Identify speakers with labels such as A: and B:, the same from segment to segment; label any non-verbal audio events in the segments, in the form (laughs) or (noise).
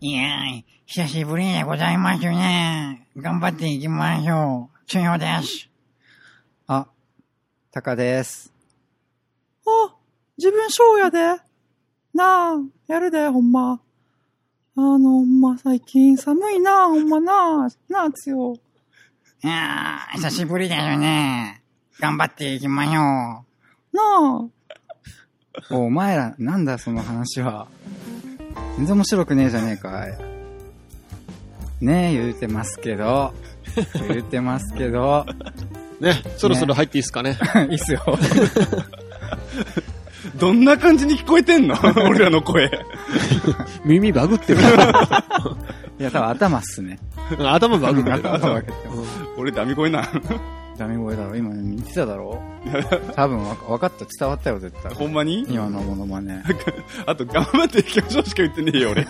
A: いやー、久しぶりでございますね。頑張っていきましょう。つよです。
B: あ、タカです。
C: あ、自分そうやで。なあ、やるで、ほんま。あの、ほんま最近寒いな、ほんまな、なあ、つよ。
A: いやー、久しぶりですね。頑張っていきましょ
C: な
B: おお前ら、なんだその話は。全然面白くねえじゃねえかい。ねえ、言うてますけど。言うてますけど。
D: ね、そろそろ入っていいですかね。
B: いいっすよ。
E: どんな感じに聞こえて
B: (laughs)
E: んの俺らの声。
D: 耳バグってる。
B: いや、多分頭っすね。
D: 頭バグってる。
B: 頭バグってる
D: う
E: 俺ダミ声な。
B: ダメ声だろ今見てただ
D: (laughs)
B: ろ多分わ分かった、伝わったよ、絶対。
E: ほんまに
B: 今のモノマネ。
E: あと、頑張っていきましょうしか言ってねえよ、俺。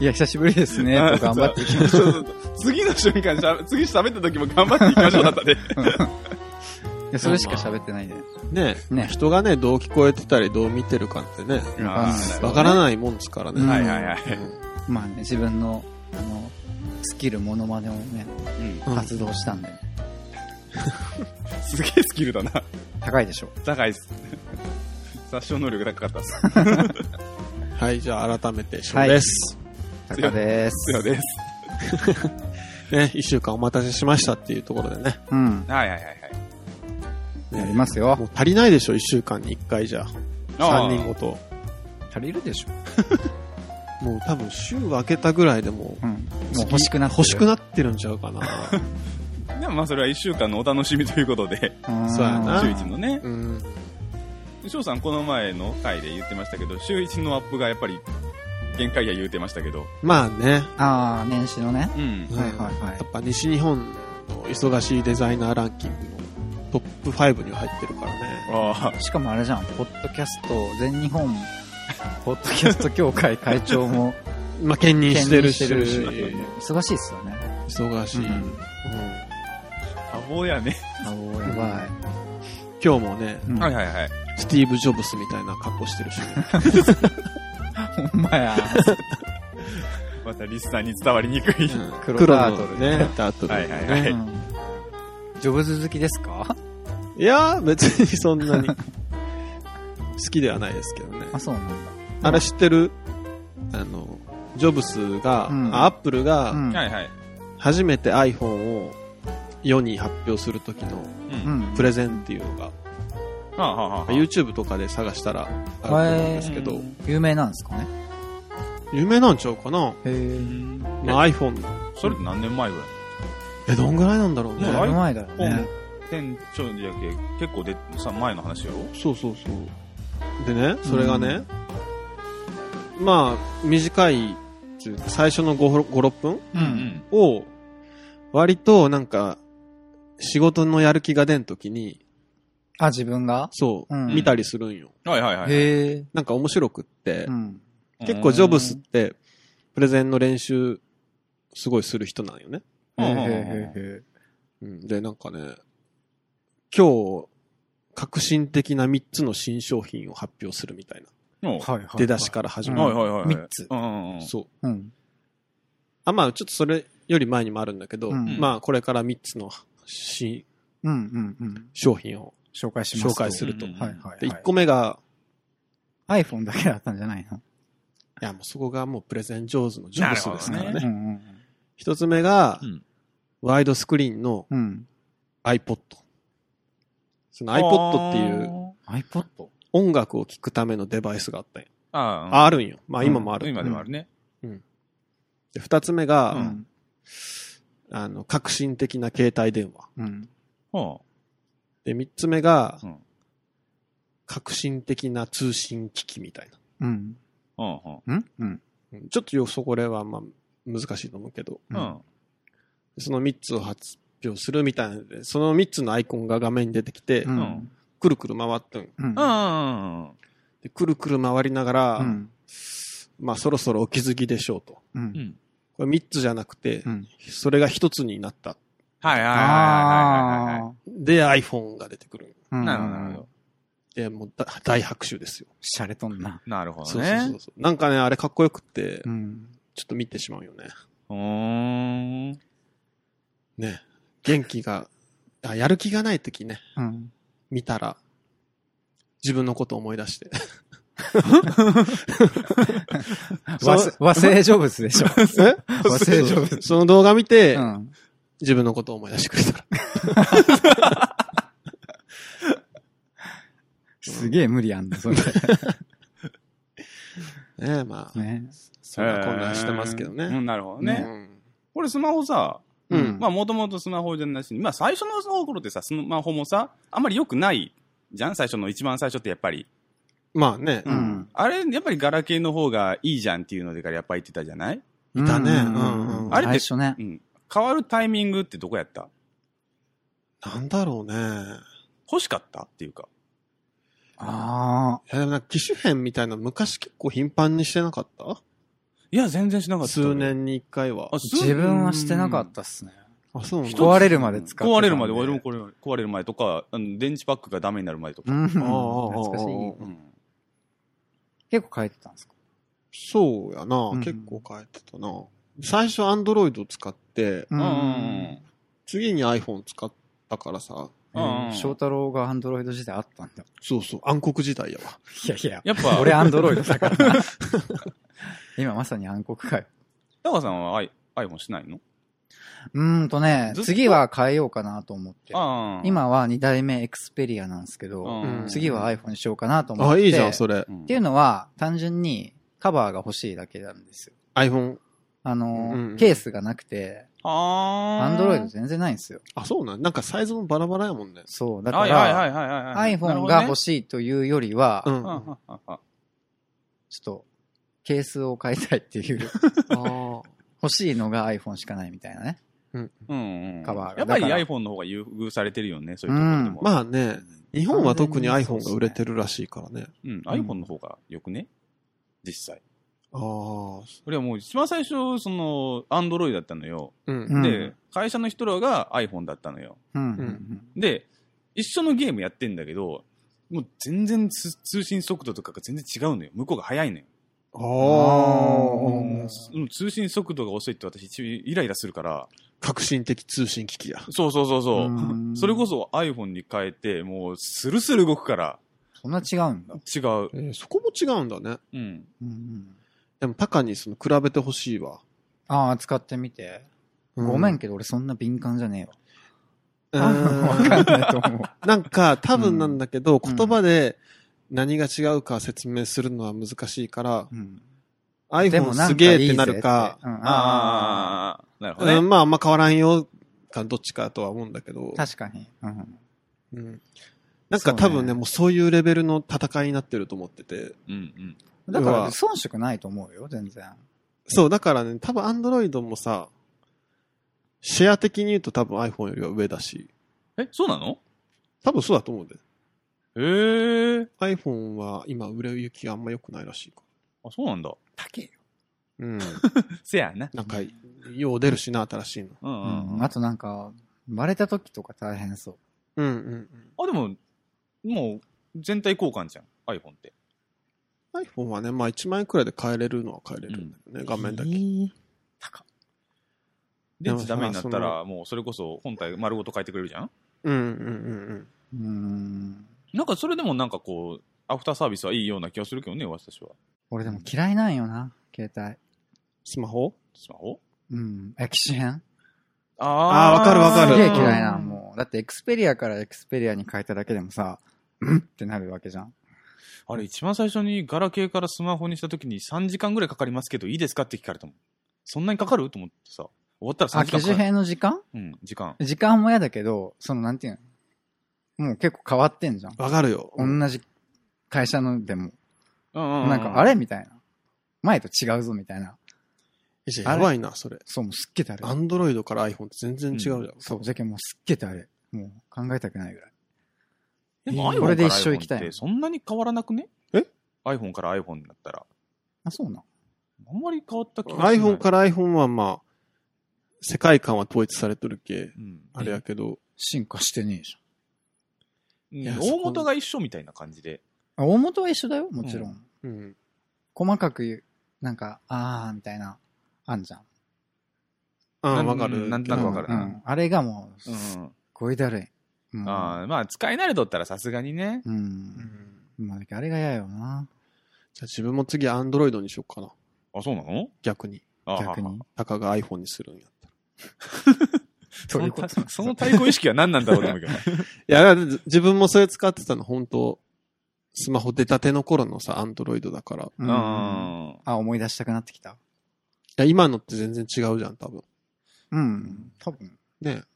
B: いや、久しぶりです
D: (laughs)
B: ね、と頑張っていきましょう。
E: そうそうそう次の瞬間しゃ、次喋った時も頑張っていきましょうだったね。
B: いや、それしか喋ってないね。
D: んね
B: ね
D: 人がね、どう聞こえてたり、どう見てるかってね、
B: あー
D: わからないもんですからね。
B: うん
E: はいはいはい。
D: う
B: まあね、自分の、あの、スキル、モノマネをね、
E: うん
D: ん
B: 発動したんで。
E: すげえスキルだな。
B: 高いでしょ。
E: 高いっす。殺傷能力高かったっす。
D: はい、じゃあ改めて、ショーです。
B: 高です。
E: すよです。
D: ね、一週間お待たせしましたっていうところでね。
B: うん。
E: はいはいはいはい。
B: やり
D: ね
B: ますよ
D: も。う足りないでしょ、一週間に一回じゃ。三人ごと。
B: 足りるでしょ。
D: もう多分週明けたぐらいでもう
B: うん。もう欲しくなってる。
D: 欲しくなってるんちゃうかな。
B: (laughs)
E: でもまあそれは一週間のお楽しみということで、
B: うん
D: そうやな
E: 週一のね。
D: うん。
E: 翔さんこの前の回で言ってましたけど、週一のアップがやっぱり限界や言うてましたけど。
D: まあね。
B: ああ、年始のね。
E: うん
D: う。ん
B: はいはいはい
D: やっぱ西日本の忙しいデザイナーランキングのトップ5には入ってるからね。
E: あ
B: しかもあれじゃん、ポッドキャスト、全 (laughs) 日本、ポッドキャスト協会会長も
D: まあ、兼任
B: 兼任
D: してるし。
B: してるし、忙しいっすよね。
D: 忙しい、
B: うん
D: うん
E: あ、多忙やね。
B: あおやばい。
D: 今日もね、
B: うん
E: はいはいはい。
D: スティーブ・ジョブスみたいな格好してるし。
B: ほんまや。
E: またリスナーに伝わりにく
D: う
E: い。
D: ん
B: 黒
D: の
B: タートル
D: ね、タートル、ね。
E: はいはいはい
B: うんジョブズ好きですか
D: いやー、別にそんなに好きではないですけどね。
B: あ、そうなんだ。
D: あれ知ってるあの、ジョブスが、
B: うん
D: あアップル
B: う
D: が
B: ん。
E: はいはい。
D: 初めて iPhone を世に発表する時の
E: うん。
B: う
E: は
B: ん
D: プレゼンっていうのが、
E: あはあはあ。
D: YouTube とかで探したらあると思うんですけ
E: へ
D: ど、
B: 有名なんですかね。
D: 有名なんちゃうかな、
B: へ
E: う
B: え。
E: ん
D: まあ、?iPhone。
E: それって何年前ぐらい
D: え、どんぐらいなんだろう
E: いや
B: だい
D: ね。
B: ぶ前だよね。
E: 店長じゃけ、結構で、さ、前の話よ。
D: そうそうそう。でね、それがね、まあ、短いっていうか、最初の5、6分
B: う
E: う。ん。
D: を、割となんか、仕事のやる気が出んときに、
B: あ、自分が
D: そう、
B: うん
D: 見たりするんよ。
E: はいはいはい。
B: へえ。
D: なんか面白くって、
B: うん。
D: 結構ジョブスって、プレゼンの練習、すごいする人なんよね。
B: へ
E: う
B: え
E: ん
B: へ
E: うんうん
B: えへえ。
D: うん、で、なんかね、今日、革新的な3つの新商品を発表するみたいな。
E: うん。は
B: はいはい。
D: 出だしから始
E: い
D: ま
E: はい
D: る。
E: はいはい。
B: 三つ
E: うんうんうん。
D: そう。
B: ら。うん。
D: あ、まあ、ちょっとそれより前にもあるんだけど、
B: うん
D: まあ、これから3つの新
B: うんうんうん。
D: 商品を。
B: 紹介しますと。
D: 紹介すると
E: うんうん
B: はいはい。
D: で、1個目が、
B: iPhone だけだったんじゃないの
D: いや、もうそこがもうプレゼン上手のジョブスですから
E: なるほど
B: う
D: ね。
B: んうん
D: 一、つ目が、
E: うん
D: ワイドスクリーンの
B: うん。うん。
D: iPod。その iPod っていう。
B: iPod?
D: 音楽を聴くためのデバイスがあったんよ。
E: ああ。
D: あ、あるんよ。まあ今もある。
E: 今でもあるね。
D: で、二つ目が、
B: うん。
D: あの、革新的な携帯電話。
B: うん。
E: ほ
D: で、三つ目が、
E: うん
D: 革新的な通信機器みたいな。
B: うん。
E: う。うんうん。
B: うん。うん。
D: うんちょっとよ、そこれはまあ、難しいと思うけど、
E: うん。
D: その三つを発表するみたいなので、その三つのアイコンが画面に出てきて、
B: うん。うん。
D: くるくる回ったん。
B: うん。
E: うんうんうん。
D: で、くるくる回りながら、
B: うん。
D: まあそろそろお気づきでしょうと。
B: う。
E: うんん。
D: これ三つじゃなくて、
B: うん。
D: それが一つになった。
E: はいはいはいはいはいは
B: あ
D: で、iPhone が出てくる。
B: あ。
E: い。
B: な
E: なるほどなるほど。
D: で、もうだ大拍手ですよ。
B: しゃれとんな。
E: なるほ
D: そ
E: ど
D: うそう
E: ね
D: そう。そう。なんかね、あれかっこよくって、
B: うん。
D: ちょっと見てしまうよね。
E: うーん。
D: ね。元気が、あやる気がない時ね、
B: うん。
D: 見たら、自分のこと思い出して。
B: 和製和製成仏でしょ。
D: え
B: 和製成仏。
D: (laughs) その動画見て、
B: うん。
D: 自分のことを思い出してくれたら。
B: すげえ無理あんだ、それ。
D: ねまあ、
B: ね。
D: そんな混乱してますけど
E: う
D: ね。
E: ん、なるほど
D: う
E: ね。
D: ん。
E: これスマホさ、
D: うん
B: うん
E: まあもともとスマホじゃなしに、まあ最初のその頃ってさ、スマホもさ、あんまり良くないじゃん最初の、一番最初ってやっぱり。
D: まあね、
B: ん
E: あれ、やっぱりガラケーの方がいいじゃんっていうのでからやっぱ言ってたじゃない
B: い
D: たねうんうん
B: あ
E: あ
B: れ
E: れ
B: 最初ね
E: う。ん。変わるタイミングってどこやった
D: なんだろうね。
E: 欲しかったっていうか。
B: あ
D: いやでもなんか機種変みたいなの昔結構頻繁にしてなかった
E: いや、全然しなかった。
D: 数。年に一回は
E: あ。
B: あ。自分はしてなかったっすね。
D: あ、そうなんだ
B: 壊れるまで使ってたん。
E: 壊れるまで、俺もこれ、壊れる前とか、あの電池パックがダメになる前とか。
B: うん。
D: ああああ
B: 懐かしい。
E: う
D: ああ
E: ん。
B: 結構変えてたんですか
D: そうやな、
B: ん
D: 結構変えてたな。最初アンドロイド使って、
E: うん。う
D: 次に iPhone 使ったからさ、
E: んうん。
B: 翔太郎がアンドロイド時代あったんだ。
D: そうそう、暗黒時代やわ。
B: いやいや。
E: やっぱ、
B: 俺アンドロイドだ (laughs) からな。今まさに暗黒かよ。
E: タカさんは i- iPhone しないの
B: うーんとね
E: ずっ、と
B: 次は変えようかなと思ってる。
E: ああ。
B: 今は2代目エクスペリアなんですけど、
E: うん、
B: 次は iPhone にしようかなと思っ
D: あ、
B: て。
D: いいじゃん、それ。
E: うん
B: っていうのは、単純にカバーが欲しいだけなんですよ。
D: iPhone。
B: あの、
D: うんうん
B: ケースがなくて、
E: あ
B: ア
E: あ。
B: ンドロイド全然ないんですよ。
D: あ、そうなんなんかサイズもバラバラやもんね。
B: そう。だか
E: はいはいはい
B: ら、
E: はいはい。
B: iPhone が欲
E: しい。
B: しいというよりは、
D: う
B: ちょ
D: ん。
E: うんう
D: あ
E: んうんうん
B: っと、ケースを買いたいって
D: (laughs)
B: いう、
D: あ。
B: 欲しいのが iPhone しかないみたいなね。
E: うんうん
B: カバーが
E: やっぱり
B: だから
E: iPhone の方が優遇されてるよね、そういうところでも。
D: まあね、日本は特に iPhone が売れてるらしいからね。
E: うん、iPhone の方がよくね実際。
D: ああ。
E: 俺はもう一番最初、その、Android だったのよ。
D: う
B: うん
D: ん。
E: で、会社の人らが iPhone だったのよ。
B: うん。
D: うん
E: で、一緒のゲームやってんだけど、もう全然つ通信速度とかが全然違うのよ。向こうが速いのよ。
D: あ
B: ー
D: あ。
E: うん通信速度が遅いって私一イライラするから。
D: 革新的通信機器や。
E: そうそうそうそうう。
B: ん
E: それこそ iPhone に変えて、もうスルスル動くから
B: そんな違うんだ。
E: 違
D: え
E: う。
D: ーそこも違うんだね。
E: うん。
B: うんうん、
D: でも、タカにその比べてほしいわ。
B: ああ、使ってみて。ごめ
D: うん
B: けど、俺そんな敏感じゃねえよ。
D: う
B: (laughs) わ
D: ん。
B: かんないと思う。
D: なんか、多分なんだけど、
B: うん
D: 言葉で何が違うか説明するのは難しいから、
B: うん、でも
D: iPhone
B: なんか
D: す
B: いい
D: げ
B: ぜ
D: えってなるか
B: っ、てうんあ
E: ああ、なるほ
D: う
E: どね。
D: ん、まあ、あんま変わらんよ、か、どっちかとは思うんだけど
B: ー、確かに。うん
D: うん。なんか多
B: そ
D: 分ね
B: うね
D: もうそういうレベルの戦いになってると思ってて、
E: うんうん。
B: だか
D: う
B: ら、
D: わ
B: 遜色ないと思うよ、全然。
D: そう、だからね、多分 Android もさ、シェア的に言うと多分 iPhone よりは上だし、
E: え、そうなの
D: 多分そうだと思うで。
E: へえ。
D: iPhone は今売れ行きがあんま良くないらしいか
E: あ、そうなんだ。
B: 高えよ。
D: ら。うん。
E: (laughs) せや
D: (laughs)
E: な。
D: なんか、よう出るしな、新しいの。
E: うんう。
B: うんん、あとなんか、バレた時とか大変そう。
D: うんうん
E: あ、でも、もう、全体交換じゃん。iPhone って。
D: うん。iPhone はね、まあ1万円くらいで変えれるのは変えれるんだよね、画面だけ。
E: 電池
D: で
E: ダ
D: も
E: メになった
D: まあ
E: ら、もうそれこそ本体丸ごと変えてくれるじゃん
D: うんうん
B: うーん。
E: なんかそれでもなんかこう、アフターサービスはいいような気がするけどね、私は。
B: 俺でも嫌いなんよな、携帯。
D: スマホ
E: スマホ
B: うん。え、機種変
E: あ
D: あーわかるわか
B: す
D: る
B: げえ嫌いな、
E: ん
B: もう。だって、エクスペリアからエクスペリアに変えただけでもさ、うんってなるわけじゃん。
E: あれ、一番最初にガラケーからスマホにした時に3時間ぐらいかかりますけど、いいですかって聞かれたもん。そんなにかかると思ってさ。終わったら
B: あ、
E: 3時
B: 機
E: 間か
B: 種
E: かる。
B: 変の時間
E: うん、時間。
B: 時間も嫌だけど、その、なんていうのもう結構変わってんじゃん。
D: わかるよ。
B: 同じ会社のでも、
E: うん
B: なんか、あれみたいな。前と違うぞみたいな。
D: いややばいな、それ。
B: そう、もうすっげえだる
D: アンドロイドから iPhone って全然違うじゃん。
B: そう、じゃけんもうすっげえだるいもう考えたくないぐらい。
E: でも iPhone
B: これで
E: から
B: 一生行きたい
E: iPhone ってそんなに変わらなくね
D: え
E: ?iPhone から iPhone になったら。
B: あ、そうなん。
E: あんまり変わった気がしない。。
D: iPhone からら iPhone はまあ、世界観は統一されとるけ、
E: うん。
D: あれやけど、
B: 進化してねえじ
E: うん
D: やそ
E: 大
D: こ
E: 元が一緒みたいな感じで。
B: ゃん。あ大元は一緒だよ、もちろん。
D: うん。
B: 細かく言う、なんか、あーみたいな。あんじゃん。
D: う、
E: なんん
D: わかる。
E: なんとなくわかる
B: うん。あれがもう、す
E: う
B: っ
E: ん。
B: ごいだるい。うん。
E: あーまあ、使い慣れとったらさすがにね。
B: う。
D: うんん
B: まあ、あれが嫌よな。
D: じゃあ自分も次、アンドロイドにしようかな。
E: あ、そうなの
D: 逆に。
E: あー
B: 逆
E: は
B: に。
D: たかが iPhone にするんやったら。
E: そ
B: どうい
E: の
B: うこと
E: その対抗意識は何なんだろうと思うけど。
D: いや、だって自分もそれ使ってたの、本当スマホ出たての頃のさ、アンドロイドだから。い
B: (laughs) うんあ、
E: う
B: 思い出したくなってきた。
D: や、今のって全然違うじゃん、多分。
B: うん。多分。
D: ね。
E: ん。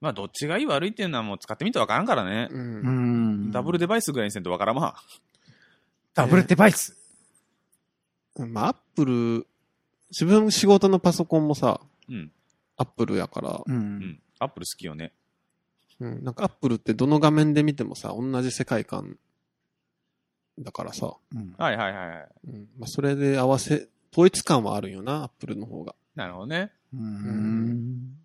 E: まあ、どっちがいい悪いっていうのはもう使ってみてわからんからね。
D: う。
B: うんん。
E: ダブルデバイスぐらいにせんとわからんま。
B: ダブルデバイス。
D: まあ、アップル、自分仕事のパソコンもさ、
E: うん。
D: アップルやから、
B: う。
E: うんん。アップル好きよね。
D: うん、なんかアップルってどの画面で見てもさ、同じ世界観だからさ、
B: うん。
E: はいはいはいはい。
D: うんまあ、それで合わせ、統一感はあるんよな、アップルの方が。
E: なるほどね。
B: うん。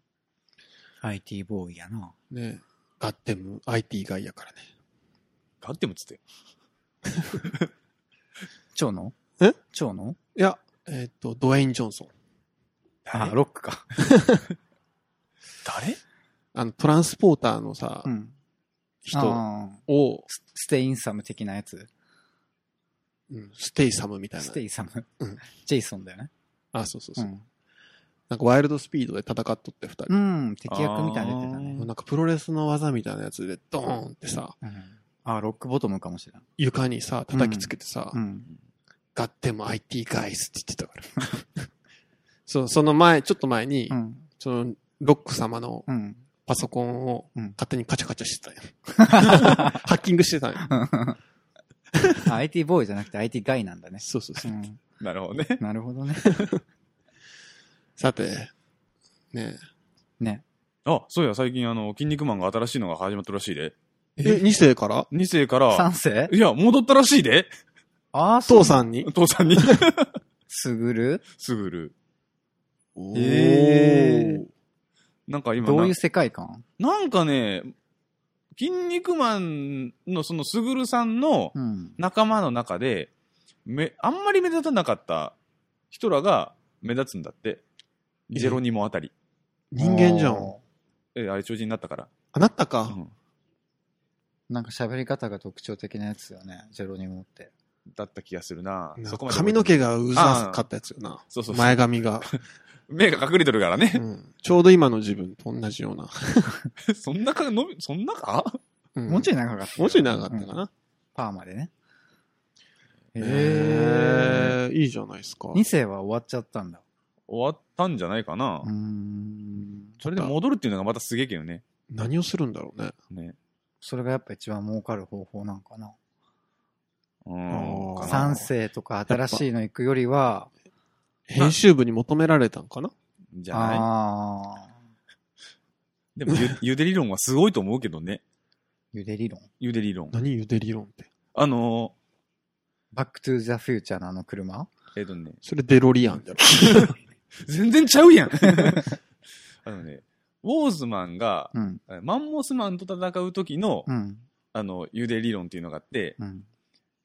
B: IT ボーイやな。
D: ねガッテム、IT 外やからね。
E: ガッテムっつって。
B: 蝶野
D: え
B: 蝶野
D: いや、えっ、と、ドウェイン・ジョンソン。
B: あ、ロックか。
E: 誰
D: あの、トランスポーターのさ、
B: うん。
D: 人
B: あー
D: を、
B: スステインサム的なやつ。
D: うんステイサムみたいな
B: ス。テイサム
D: うん。
B: ジェイソンだよね。
D: あ、そうそう
B: う
D: そう。
B: ん。
D: なんかワイルドスピードで戦っとって二人。
B: うん。敵役みたいなの出てたね。
D: なんかプロレスの技みたいなやつでドーンってさ、
B: うんあ、ロックボトムかもしれん。
D: 床にさ、叩きつけてさ、
B: うん。
D: ガッテム IT ガイスって言ってたから。 (laughs) そう、その前、ちょっと前に、
B: うん。
D: その、ロック様の
B: うん。
D: パソコンを
B: うん
D: 勝手にカチャカチャしてたよ。ハッキングしてたよ。
B: あ IT ボーイじゃなくて IT ガイなんだね。
D: そうそうそうう。
B: ん。
E: なるほどね。
B: なるほどね。
D: さて、ね
B: ね。
E: (laughs) あ、そうや、最近あの、筋肉マンが新しいのが始まったらしいで。
D: え。え、2世から
E: 2世から、
B: 三世
E: いや、戻ったらしいで。
B: ああ、
D: 父
B: ん。
D: さんに
E: お父さんに。
B: すぐる
E: すぐる。
D: お
B: え
D: ー
E: なんか今な
B: どういう世界観
E: なんかね、筋肉マンのそのすぐるさんの
B: うん。
E: 仲間の中で、め、あんまり目立たなかった人らが目立つんだって。
D: え
E: ゼロニモあたり。
D: 人間じゃ
B: あー
D: ん。。
E: えあれ超人になったから。
D: あ、なった
E: う
D: か。
E: ん
B: なんか喋り方が特徴的なやつよね。ジェロニモって。
E: だった気がするな。
D: なん
E: そこ
D: か
E: まで覚
D: 髪
E: えて
D: の
E: な
D: 毛
E: い。
D: がうざかったやつよな。
E: そうそうそう
D: 前髪が、
E: 目が隠れてるから
D: う
E: ね。
D: ん。ちょうど今の自分と同じような。
E: (laughs) そんなか、のび、そんなか
D: うん
B: もうちょい長かったよ。
D: もうちょい長かったか
B: うん
D: な。
B: パーマでね。え。
D: えー、いいじゃないですか。
B: 2世は終わっちゃったんだ。
E: 終わったんじゃないかな。
B: うーん。
E: それで戻るっていうのがまたすげえけどね。
D: 何をするんだろうね。
E: ね。
B: それがやっぱ一番儲かる方法なんかな。
E: うん。
D: あー
E: かな
B: 3世とか新しいの行くよりは、
D: 編集部に求められたんかな
E: じゃない
B: ああ
E: でも
D: (laughs)
E: ゆ、ゆで理論はすごいと思うけどね。
B: ー、ゆで理論。
E: ゆで理論。
D: 何ゆで理論って。
E: あの
B: バックトゥーザフューチャーのあの車
E: ー、えっ、とね、
D: それデロリアンだろ。
E: 全然ちゃうやん (laughs) あのね、ウォーズマンが、
B: うん。
E: マンモスマンと戦う時の、
B: うん。
E: あの、ゆで理論っていうのがあって、
B: うん。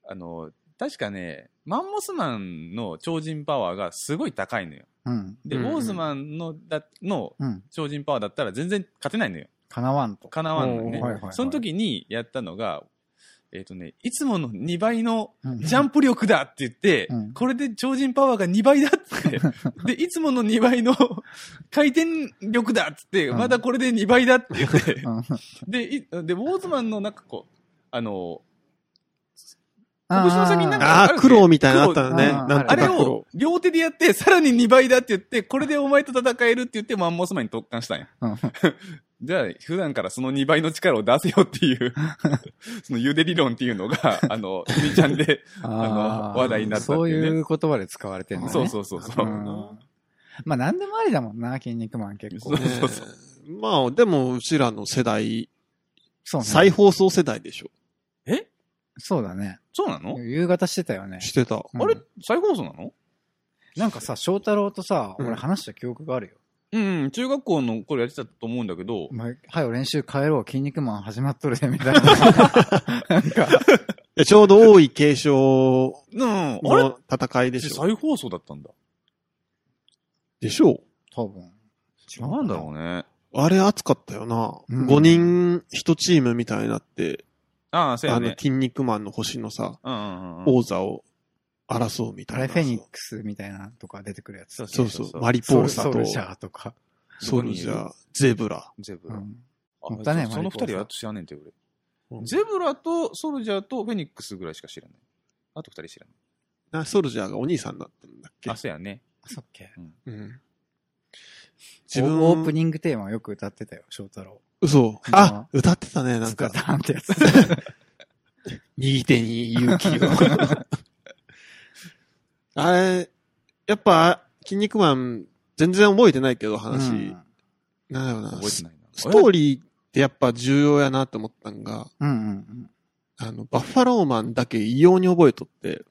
E: あの、確かね、マンモスマンの超人パワーがすごい高いのよ。
B: うん。
E: で、
D: うんうん
E: ウォーズマンのだの
B: うん。
E: 超人パワーだったら全然勝てないのよ。
B: かなわんと。
E: かなわんの
D: お
E: ね
D: ーはい
B: はいは。い
E: その時にやったのが、えっ、とね、いつもの2倍のジャ
B: ン
E: ンプ力だって言って、
B: うん
E: これで超人パワーが2倍だっ
D: (laughs)
E: つって、で、いつもの2倍の回転力だっつって、
B: うん
E: まだこれで2倍だって言って、
B: うん。
E: で、いで、ウォーズマンのなんかこう、あの、
B: あ
E: 拳の先になんか
D: ああ、苦労みたいなのあったのね。
B: 黒
D: なん
E: あ
D: と
E: れ
D: か苦
E: を
D: 労。
E: 両手でやって、さらに2倍だって言って、これでお前と戦えるって言って、マンモスマンに特感したんや。
B: うん
E: (laughs) じゃあ、普段からその2倍の力を出せよっていう、そのゆで理論っていうのが、あの、みーちゃんで、あの話題になったっていうね
B: そういう言葉で使われてるんだね。
E: そうそうそうそう
B: う。んまあ、なんでもありだもんな、筋肉マン結構。
E: そうそうそう
D: ねえまあ、でも、うちらの世代、
B: そう
D: 再
B: ね。
D: 放送世代でしょ。
B: そうだね。
E: そうなの
B: 夕方してたよね。
D: してた。
B: うん
E: あれ再放送なの
B: なんかさ、翔太郎とさ、
D: うん
B: 俺話した記憶があるよ。
E: うんうん、中学校の頃やってたと思うんだけど、
B: お前、はい、練習帰ろう、筋肉マン始まっとるで、みたい
E: (laughs)
B: な。なんか、
D: えちょうど多い継承
E: うん、あれ
D: の戦いでしょ。
E: 再放送だったんだ。
D: でしょ
B: 多分。
E: なんだろうね。
D: うあれ暑かったよな。
B: うん
D: 5人1チームみたいになって、
E: ああ、そうや
D: あの、
E: ね。
D: 筋肉マンの星のさ、
E: うんうんうんうん。
D: 王座を争うみた
B: あ
D: いな。
B: れ、フェニックスみたいなとか出てくるやつ。
E: そう
D: そうそう。マリポーサ
B: ソ
D: と
B: ルソ、ルジャーとか。
D: ソルジャー、ゼブラ。
E: ゼブ
B: う
E: ラ。
B: ん。
E: あ
B: 乗ったね
E: そその
B: マリ
E: 二
B: ポーサ
E: 人はやっと知らねえんて、俺。
D: うん
E: ゼブラとソルジャーとフェニックスぐらいしか知らない。あと二人知らない。
D: なソルジャーがお兄さんだったんだっけ
E: あ、そうやね。
B: あそっけ。
D: うん。
B: 自
D: 自分
B: 分オープ
D: ン。
B: ニングテーマよく歌ってたよ、翔太郎。
D: 嘘。あ、歌ってたね、なん
B: スカ
D: か。
B: ターンってや (laughs) つ。
D: 右手に勇気を。 (laughs) あれ、やっぱ、筋肉マン、全然覚えてないけど、話。
B: うん
D: なんだろうな。
E: 覚えて
D: ス
E: ないな。
D: ストーリーってやっぱ重要やなって思ったんが、
B: うんうん
D: あの、バッファローマンだけ異様に覚えとって、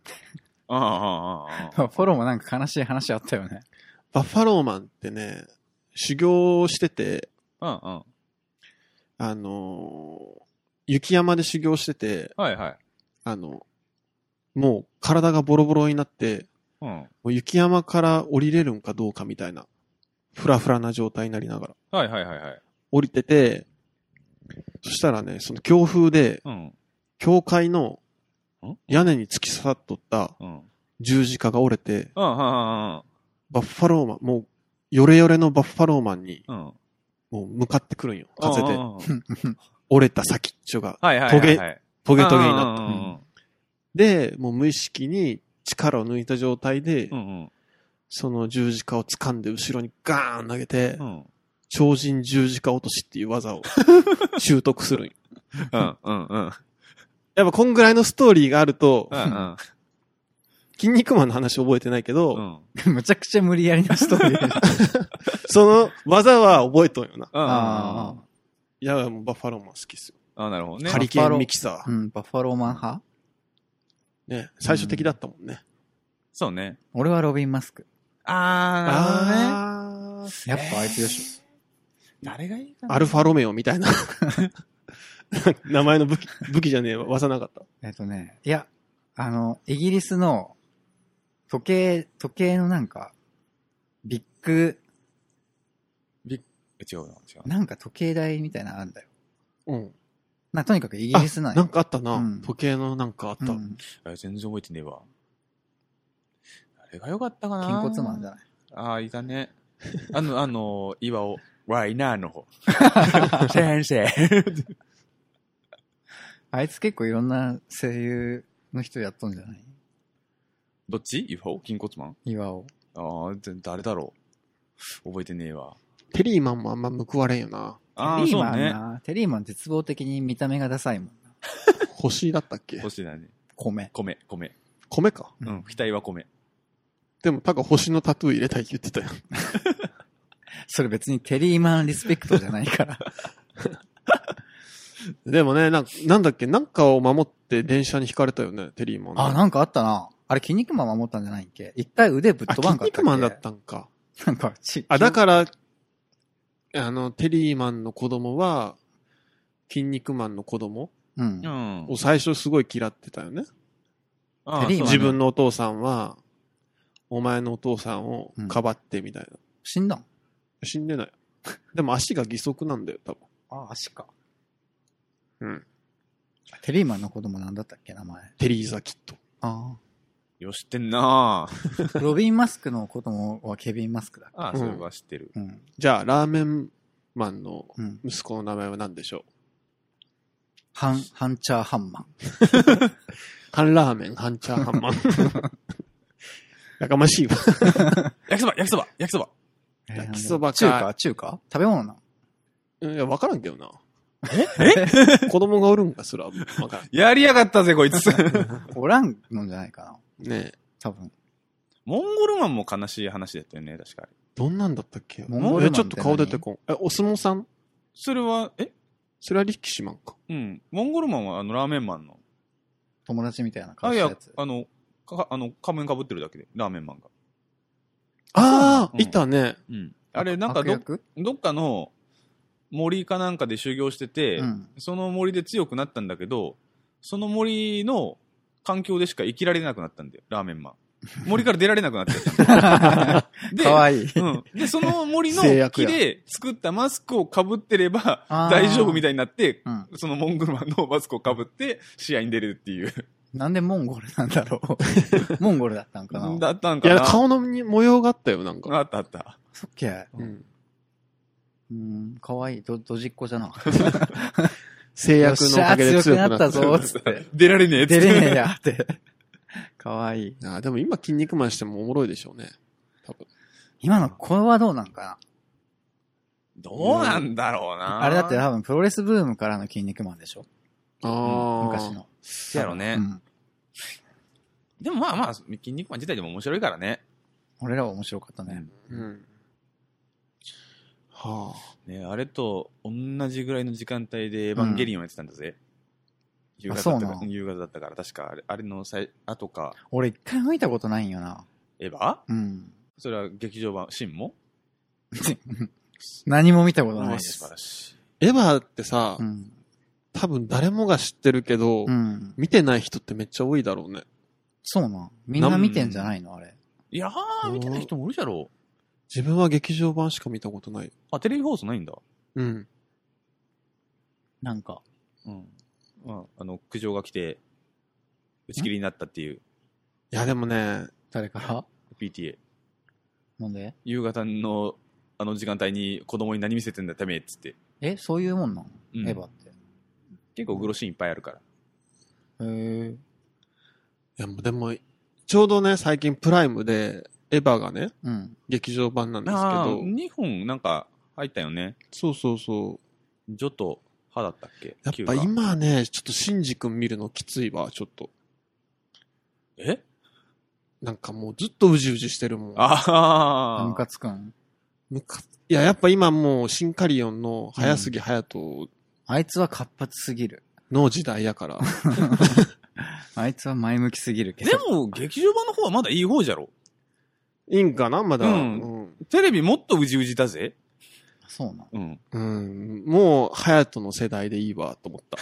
E: ああ、ああ、あ
B: う
E: あ。
B: ん。フォローもなんか悲しい話あったよね。 (laughs)
D: バッファローマンってね、修行してて、
E: うんうん。
D: あのー雪山で修行してて、
E: はいはい。
D: あの、もう体がボロボロになって、
E: うん。
D: もう雪山から降りれるんかどうかみたいな、ふらふらな状態になりながら、
E: はいはいはいはい。
D: 降りてて、そしたらね、その強風で、
E: うん。
D: 教会の
E: ん
D: 屋根に突き刺さっとった
E: うん。
D: 十字架が折れて、
E: うんうん
D: バッファローマン、もう、ヨレヨレのバッファローマンに、
E: うんうん。うん。
D: もう向かってくるんよ。風
E: うん
D: で
E: う。んうん。
D: 折れた先っちょが、
E: はいはいはいはい。
D: トゲトゲになった。
E: っ
D: で、もう無意識に力を抜いた状態で、
E: うんうん
D: その十字架を掴んで後ろにガーン投げて、
E: うん。うん
D: 超人十字架落としっていう技
B: (laughs)
D: を習得するんよ
E: うんうんうん。
D: やっぱこんぐらいのストーリーがあると
E: う、ん
D: 筋肉マンの話覚えてないけど、
E: うん。
B: むちゃくちゃ無理やりなストーリ (laughs) ー。
D: その技は覚えとんよな。
E: あ
D: いや、もうバッファローマン好きっすよ。
E: あ、なるほどね。
D: ハリケーンミキサ
B: あ。うん、バッファローマン派
D: ー。ね、最初的だったもんね。
E: そうね。
B: 俺はロビン・マスク。
E: ああ、なるほどね。
D: あー
B: やっぱあいつでし
E: 誰がいいかな
D: アルファロメオみたいな。 (laughs) 名前の武器、武器じゃねえわ。技なかった。
B: ょ。えっとね、いや、あの、イギリスの時計、時計のなんか、ビッグ、
E: 違うな、違うな。
B: なんか時計台みたいなのあるんだよ。
D: うん。
B: な、とにかくイギ
D: あ
B: リスなんよ
D: なんかあったな、
B: うん
D: 時計のなんかあっ
B: う
D: た。
B: ん
E: あ全然覚えてねえわ。誰が良かったかな
B: 筋骨マンじゃない
E: ああ、いたね。あの、あの、岩尾。ワイナーの (laughs) 方。先生。
B: あいつ結構いろんな声優の人やっとんじゃない
E: どっち岩尾筋骨マン
B: 岩尾。
E: ああ、で誰だろう覚えてねえわ。
D: テリーマンもあんま報われんよな。
E: あ
B: テ
E: あ、
B: リー
E: そう
B: マン
E: ね。
B: な、テリーマン絶望的に見た目がダサいもんな。
D: 星だったっけ
E: 星だね。
B: 米。
E: 米、米。
D: 米か。
E: う
B: うん
E: ん、額は米。
D: でも、たか星のタトゥー入れたいって言ってたよ。 (laughs)
B: それ別にテリーマンリスペクトじゃない
D: (laughs)
B: から。
D: でもね、なんなんだっけ、なんかを守って電車に引かれたよね、テリーマン。
B: あ、なんかあったな。あれ、筋肉マン守ったんじゃないっけ一回腕ぶっ
D: あ、
B: 飛
D: キ
B: ば
D: ン
B: んかったっけ
D: 肉マンだっ。たんか。
B: なんか、ち、
D: あ、だから、あの、テリーマンの子供は、筋肉マンの子供
B: ら、うん
E: う。ん
D: を。最初すごい嫌ってたよね。
E: ああ
B: テリーマン
E: そ
D: 自
E: うだね
D: 分のお父さんは、お前のお父さんをかばってみたいな。
B: 死んだん
D: 死んでない。 (laughs) でも足が義足なんだよ、多分。
B: あ、足か。
D: うん。
B: テリーマンの子供なんだったっけ名前。
D: テリーザキット。
B: あ
E: よ、知ってんなあ
B: あ。ロビン・マスクの子供はケビン・マスクだ。
E: ああ、それは知ってる。
B: うん。
D: じゃあ、ラーメンマンの
B: うん。
D: 息子の名前は何でしょう
B: ハン、ハンチャーハンマン。
D: 半ラーメン、半チャーハンマン。やかましいわ。 (laughs)
E: 焼きそば、焼きそば、焼きそば。
D: 焼きそばか
B: 中華中華食べ物なの
D: いや、わからんけどな。え (laughs) 子供がおるんかすら、わからん。
E: やりやがったぜ、こい (laughs) つ。
B: おらんのんじゃないかな
D: ねえ。
B: 多分。
E: モンゴルマンも悲しい話だったよね、確かに。
D: どんなんだったっけ
B: モンゴルマン
D: え、ちょっと顔出てこん。え、お相撲さん
E: それは、え
D: それはリッキシマンか。
E: うん。モンゴルマンはあの、ラーメンマンの。
B: 友達みたいな顔
E: あ、い
B: した
E: や
B: やつ、。
E: あの、か、あの、仮面被ってるだけで、ラーメンマンが。
D: ああ、
E: うん
D: いたね。
E: うん。あれ、なんか
B: 悪
E: ど、
B: 役
E: どっかの森かなんかで修行してて、 (laughs)
B: うん。
E: その森で強く
B: (laughs)
E: なったんだけど、その森の環境でしか生きられなくなったんだよ、ラーメンマン。森から出られなくなっちゃった。で、
B: かわいい。
E: うん。で、その
B: (laughs)
E: 森の
D: 制約
E: 木
D: や
E: で作ったマスクを被ってれば
B: あー
E: 大丈夫みたいになって、
B: うん
E: そのモンゴルマンのマスクを被って試合に出れるっていう。
B: なんでモンゴルなんだろ
E: (laughs)
B: う。モンゴルだったんかな。
E: だったん
D: い
E: かな。
D: や、顔のに模様があったよ、なんか。
E: あったあった。
B: そっけ。
D: うん
B: うん、かわいい。ど、どじっこじゃな。
D: 制
B: よっ
D: 約のお
B: しゃ
D: かげで
B: 強
D: 強
B: く
D: くな
B: な
D: っ
B: ったた。ぞ、つって。
E: 出られねえっつ
B: 出
E: って
B: れねえや、って。かわいい。
D: (laughs) あーでも今、筋肉マンしてもおもろいでしょうね。多分。
B: 今の子はどうなんか
E: どうなんだろう
B: な
E: な。
B: あれだって多分プロレスブームからの筋肉マンでしょ
D: ああ。
B: 昔。の。
E: そうやろね
B: う。ん。
E: でもまあまあ、筋肉マン自体でも面白いからね。
B: 俺らは面白かったね。
D: うん。はあ。
E: ねあれと同じぐらいの時間帯でエヴァンゲリオンやってたんだぜ。夕
B: あ
E: 方
B: そ
E: だ
B: う
E: っ
B: な
E: た
B: の
E: から、夕方だったから、確かあれ、あれのさい後か、
B: 俺一回吹いたことないんよな。
E: エヴァ
B: うん。
E: それは劇場版、シンも
B: 何も見たことない
E: あ
B: で
E: 素晴
B: す。
E: らしい。
D: エヴァってさ、
B: うん。
D: 多分誰もが知ってるけど、
B: うん。
D: 見てない人ってめっちゃ多いだろうね。
B: そうなん。みんな見てんじゃないのあれ。
E: いやー、見てない人もおるじゃろう。
D: 自分は劇場版しか見たことない。
E: あ、テレビ放送ないんだ。
D: うん。
B: なんか。
E: うん。まあ、あの、苦情が来て、打ち切りになったっていう、
D: いや、でもね、
B: 誰から
E: PTA。
B: なんで
E: 夕方の、あの時間帯に子供に何見せてんだ、てめえ、っつって。
B: え、そういうもんなの
E: うん
B: エヴァって。
E: 結構グロシーンいっぱいあるから。
B: へえ。
D: いや、でも、ちょうどね、最近プライムで、エヴァがね、
B: うん。
D: 劇場版なんですけ
E: あ
D: ど
E: ー、2本なんか入ったよね。
D: そうそうそう。
E: ジョとハだったっけ
D: やっ
E: キュー
D: ぱ
E: が
D: 今ね、ちょっとシンジ君見るのきついわ、ちょっと。
E: え
D: なんかもうずっとうじうじしてるもん。
E: ああ。
B: ムカつくん。
D: むかいや、やっぱ今もう、シンカリオンの早杉隼人
B: あいつは活発すぎる。
D: の時代や
E: (laughs)
D: から。
B: あいつは前向きすぎるけど。
E: でも、劇場版の方はまだいい方じゃろ。
D: いいんかなまだ、
E: うん
D: うん。
E: テレビもっとうじうじだぜ。
B: そうなん
E: うん。
D: うん。もう、隼人の世代でいいわ、と思った。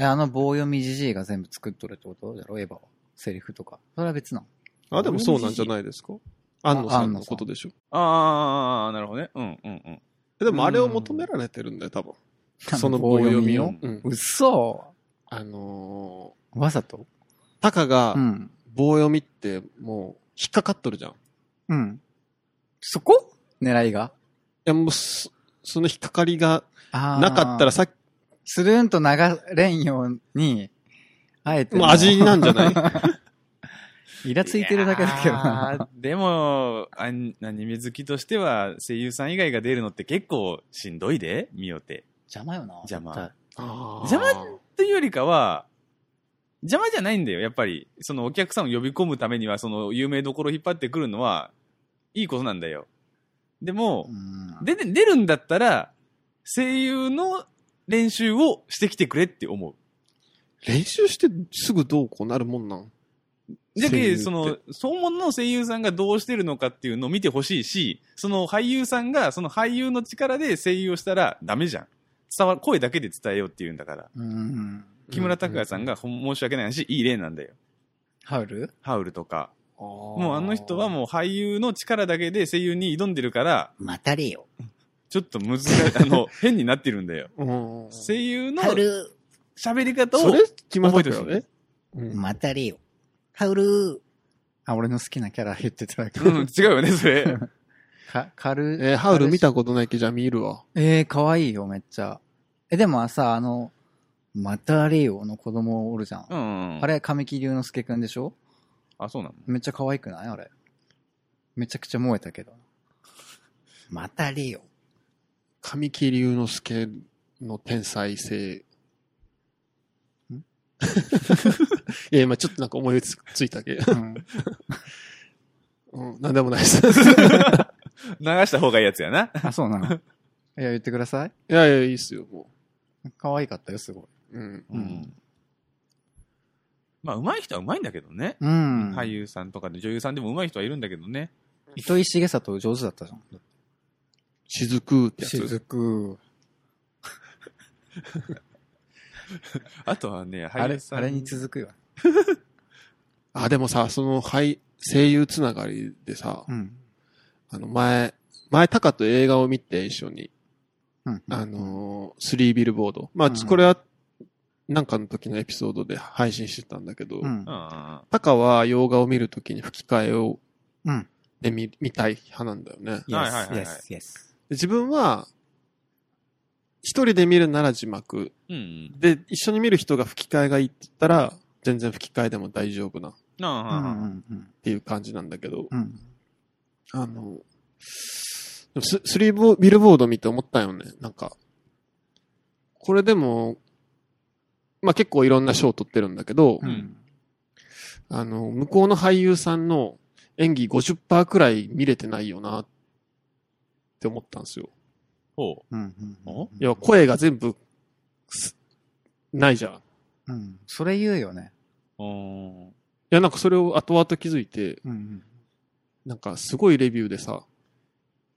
B: え、あの棒読みじじいが全部作っとるってことだろエヴァは。セリフとか。それは別なの。
D: あ、でもそうなんじゃないですか安野さんのことでしょ。
E: ああ、なるほどね。うんうんうん。
D: えでもあれを求められてるんだよ、多分。その棒
B: 棒
D: 読
B: 読
D: み
B: み
D: を
B: を。
D: うん
B: うっそ
D: あの
B: わざと
D: ー、タカが
B: うん。
D: 棒読みってもう引っかかっとるじゃん。い
B: うん。そこ狙いが
D: や、もうそ、その引っかかりが
B: あー
D: なかったら、さっき、
B: スルーンと流れんように、あえて。
D: もう味なんじゃ (laughs) ない
B: イラついてるだけだけどな。
E: いやー。でも、アニアニメ好きとしては、声優さん以外が出るのって結構しんどいで、見よって。
B: 邪魔よな。
E: 邪魔
B: 絶
D: 邪
E: 邪魔というよりかは、邪魔じゃないんだよ、やっぱり。そのお客さんを呼び込むためには、その有名どころを引っ張ってくるのは、いいことなんだよ。でも
B: 対。う、ん。
E: 出て出るんだったら、声優の練習をしてきてくれって思う。
D: 練習してすぐどうこうなるもんなん
E: じゃ
D: 声優っ
E: け、
D: て
E: その、総門の声優さんがどうしてるのかっていうのを見てほしいし、その俳優さんが、その俳優の力で声優をしたらダメじゃん。伝わる、声だけで伝えようっていうんだから。
B: うん。
E: 木村拓哉さんが、ほん申し訳ない話、いい例なんだよ。
B: ハウル
E: ハウルとか。
D: も
E: もうあの人はもう俳優の力だけで声優に挑んでるから、
B: またれよ。
E: ちょっと難しい、あの、変になってるんだ (laughs) よ。
D: うん。そ
E: 声優の
B: ハウル、
E: 喋り方を
D: れ、決まったよ
E: 覚え
D: ね
E: て。
D: うん
B: またれよ。ハウル。あ、俺の好きなキャラ言ってただけ。
E: うん、違うよね、そ (laughs) れ。
B: (laughs) か、カル、
D: えーハウル見たことないけど、じゃあ見るわ。
B: ええー、かわいいよ、めっちゃ。え、でもさ、あの、またれよの子供おるじゃん。
E: うん。
B: あれ、神木隆之介くんでしょ
E: あ、そうなの (laughs)
B: めっちゃ可愛くないあれ。めちゃくちゃ燃えたけど。またれよ。
D: 神木隆之介の天才性。 (laughs)
B: ん
D: えー、まあちょっとなんか思いつついたけ。 (laughs)
B: うん。
D: うん、なんでもないです。 (laughs)
E: 流した方がいいやつやな。
B: あ、そうなの。いや、言ってください。
D: いやいや、いいっすよ、も
B: 可愛かったよ、すごい。
D: う。うん。
B: うん
E: まあ、上手い人は上手いんだけどね。
B: うん。
E: 俳。優さんとかで女優さんでも上手い人はいるんだけどね。
B: 糸井重里上手だったじゃん。
D: 雫ってやつ。
B: く。
E: あとはね、
B: あ
E: 俳優
B: れ、
E: さん。
B: あれに続くよ。
D: あ、でもさ、その、はい、声優つながりでさ、
B: うん。
D: あの、前、前、タカと映画を見て一緒に、
B: うん。
D: あのースリービルボード。まあ、
B: うん
D: これは、なんかの時のエピソードで配信してたんだけど、
B: うん
E: うん。あ
D: タカは洋画を見るときに吹き替えを、
B: うん
D: で見、見たい派なんだよね。で
E: はいはいはいはい
B: yes, yes.
D: 自分は、一人で見るなら字幕。
E: ーうん。
D: で、一緒に見る人が吹き替えがいいって言ったら、全然吹き替えでも大丈夫なっ
B: う
E: あー
B: んうん
D: ていう感じなんだけど、
B: うん。うん。
D: あの、でもススリーボビルボード見て思ったよね。なんか、これでも、まあ結構いろんな賞を取ってるんだけど、
E: うん
D: あの、向こうの俳優さんの演技50%くらい見れてないよなって思ったんですよ。
E: ほ
B: うんうんうん
E: お
D: 要は声が全部、すないじゃん。い
B: うん。それ言うよね。
E: う。うん。
D: や、なんかそれを後々気づいて、
B: うん
D: なんかすごいレビューでさ、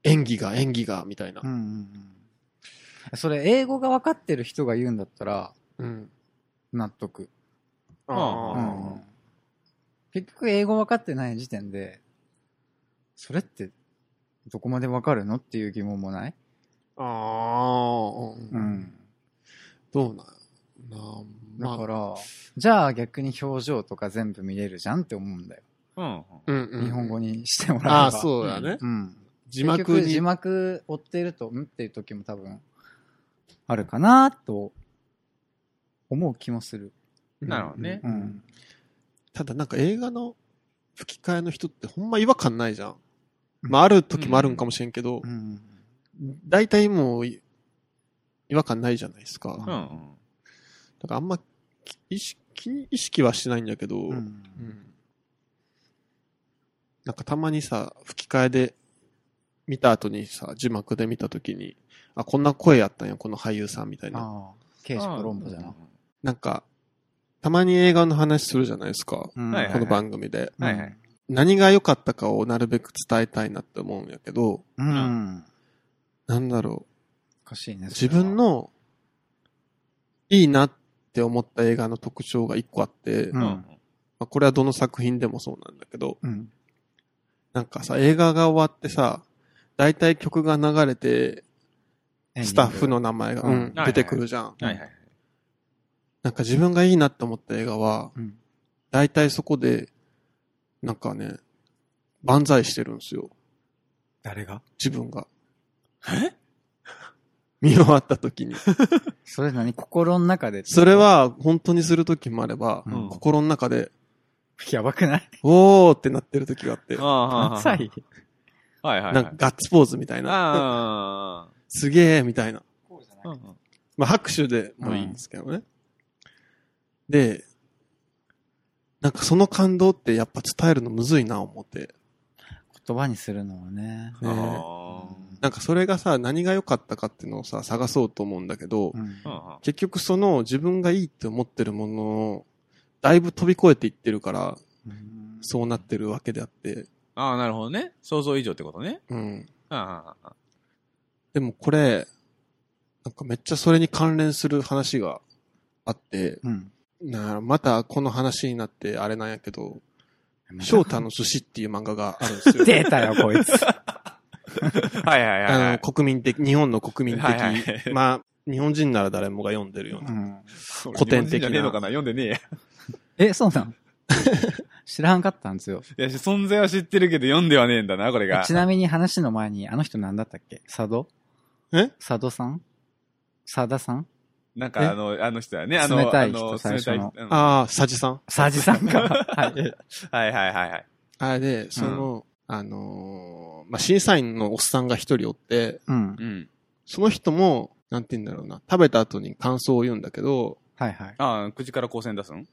D: 演技が演技が、みたいな
B: うん。うん。うんうん。それ、英語が分かってる人が言うんだったら、
D: うん。
B: 納得。
E: あ
B: う
D: あ
B: ん結局、英語分かってない時点で、それって、どこまで分かるのっていう疑問もない
D: ああ。
B: うん。
D: どうなんな
B: だか
D: あまあ、
B: ら、じゃあ逆に表情とか全部見れるじゃんって思うんだよ。
E: うん。
D: うんうん、
B: 日本語にしてもらえば。
D: ああ、そうだね。
B: うん。
D: 字
B: 結
D: 幕
B: 局
D: に。
B: 字幕追ってると、んっていう時も多分、あるかなと、思う気もする。
E: なるほどね
B: う。ん。
D: ただなんか映画の吹き替えの人ってほんま違和感ないじゃん。まあ、ある時もあるんかもしれんけど
B: う、ん。
D: 大体もうい、違和感ないじゃないですか。
E: う
D: だか
E: ん。
D: らあんまき意識、意識はしてないんだけど、
B: う。
D: うんんなんかたまにさ、吹き替えで見た後にさ、字幕で見た時に、あ、こんな声やったんや、この俳優さんみたいな。
B: ああ、ケージコロンボじゃな。
D: なんか、たまに映画の話するじゃないですか。
B: うん
E: はいはい
D: この番組で。
E: はいはい。
D: 何が良かったかをなるべく伝えたいなって思うんやけど、
B: うん。
D: なんだろ
B: おかしいね。
D: う。
B: それ
D: 自
B: は
D: 分、の、いいなって思った映画の特徴が一個あって、
B: う
E: うんん。
D: ま
E: うん
D: あ、これはどの作品でもそうなんだけど、
B: うん。
D: なんかさ、映画が終わってさ、大体曲が流れて、スタッフの名前が、
B: うん
D: うん
E: はいはい
D: 出てくるじゃん。
E: はいはい。
D: なんか自分がいいなって思った映画は、
B: うん
D: 大体そこで、なんかね、万歳してるんですよ。
E: 誰 (laughs) が
D: 自分が。え (laughs) 見終わった時に。
B: それ何心の中で。
D: それ、は本当にする時もあれば、
E: うん
D: 心の中で、
B: やばくない
D: おーってなってる時があって、
E: ああ。
B: 何歳
E: はいはい。
D: なんかガッツポーズみたいな、
E: あ
D: すげーみたいな。
E: あ。
D: まあ拍手でもいいんですけどね。で、なんかその感動ってやっぱ伝えるのむずいな思って。
B: 言葉にするのはね。
D: ね
E: あ
D: なんかそれがさ、何が良かったかっていうのをさ、探そうと思うんだけど、
B: うん
E: あ。あ
D: 結局その自分がいいって思ってるものを、だいぶ飛び越えていってるから、
B: うん
D: そうなってるわけであって、
E: あ、なるほどね。想像以上ってことね。
D: うん。
E: ああ。
D: でもこれ、なんかめっちゃそれに関連する話があって、
B: うん。
D: なあまたこの話になってあれなんやけど、
B: また
D: 翔太の寿司っていう漫画があるんですよ。
B: 出たよ、こいつ。
E: はいはいはいは
D: (laughs) あの、
E: い。
D: 国民的、日本の国民的、
E: はいはい
D: まあ、日本人なら誰もが読んでるよう
B: (laughs) う
D: な。
B: ん
D: 古典的な
E: 日本人じゃねえのかな読んでね
B: え、そう
D: (laughs)
B: なん知らんかったんですよ。
E: えや。いや、存在は知ってるけど読んではねえんだな、これが。
B: ちなみに話の前に、あの人なんだったっけ佐渡
D: え
B: 佐渡さん佐田さん
E: なんかあの、あの人はね、あの、
B: 冷たい人
E: あの
B: 最初の
E: 冷たい人うんは
D: ああ、佐治さん。
B: 佐治さん
D: (laughs)
B: か。はい。
E: いはいはいはい。
D: あれで、その、あのーまあ、審査員のおっさんが一人おって、
B: うん。
E: うん。
D: その人も、なんて言うんだろうな、食べた後に感想を言うんだけど、
B: はいはい。
E: ああ、口から光線
B: (laughs)
E: 出すん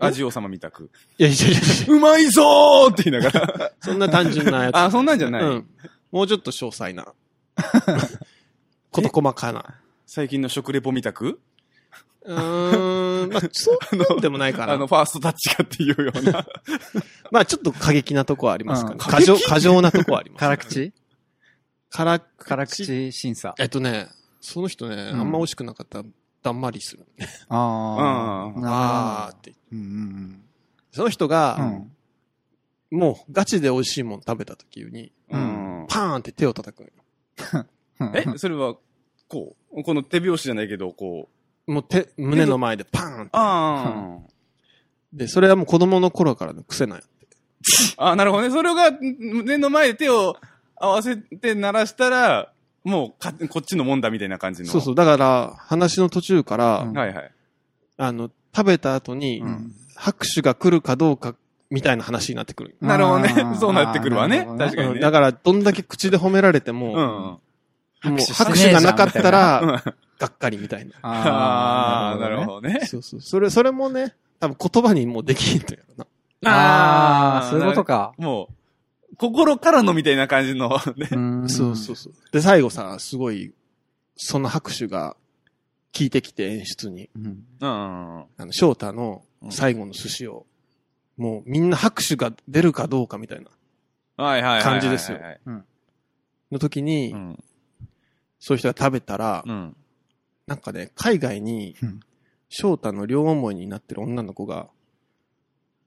E: 味王様みたく。
D: いやいやいやいや
E: うまいぞーって言いな
B: (laughs)
E: がら。
D: そんな単純なやつ。
E: あ、そんなんじゃない、
D: うん。もうちょっと詳細
E: (laughs)
D: な。こと細かな。
E: 最近の食レポみたく
D: うーん、まあ、そうでもないか
E: あの、
D: な。
E: ファーストタッチかっていうような。
D: まあ、ちょっと過激なとこはありますか
B: う
D: ね。
B: ん
D: 過剰、過剰なとこはあります。
B: 辛口
D: 辛口。
B: 辛口審査。
D: えっとね、その人ね、あんま美味しくなかったら、だんまりする。
B: ああ。
E: うん
B: な
D: あー
B: る
D: って。
B: ほど。うんうんうん。
D: その人
B: う
D: が、
B: ん。
D: もうガチで美味しいもの食べた時に、
E: うん。
D: パーンって手を叩くのよ。
E: え、それは、こう、この手拍子じゃないけど、こう。
D: もう手、胸の前でパーンって。
E: あ
D: で、それはもう子供の頃からの癖なんやって。
E: あ。あ、なるほどね。それが、胸の前で手を合わせて鳴らしたら、もうか、こっちのもんだみたいな感じの。
D: そうそう。だから、話の途中から、
B: うん
E: はいはい。
D: あの、食べた後に、
B: うん
D: 拍手が来るかどうか、みたいな話になってくる。
E: なるほど
B: あ
E: ね
B: ー。
E: そうなってくるわ
B: な
E: ね。
B: ほど
E: 確かに、ね。
D: だから、どんだけ口で褒められて
E: う
D: も、
E: んうん。
D: もう
B: 拍手してね
D: 拍
B: えじゃん
D: 手がなかったら、
E: うん
D: がっかりみたいな。
E: ああ、なる
B: どね。
E: ほどね。
D: そうそう。それ、それもね、多分言葉にもうできんとやろな。
B: ああ、そういうことか。
E: か。もう、心からのみたいな感じの、ね
D: そうそうそう。で、最後さ、すごい、その拍手が効いてきて演出に、
B: うん。
E: うん。
D: あの、翔太の最後の寿司を、もうみんな拍手が出るかどうかみたいな、
E: はいはいはいはいは
D: 感
E: い。
D: じですよ
B: うん。
D: の時に、
E: うん。
D: そういう人が食べたら、
E: うん。
D: なんかね、海外に
B: うん、
D: 翔太の両思いになってる女の子が、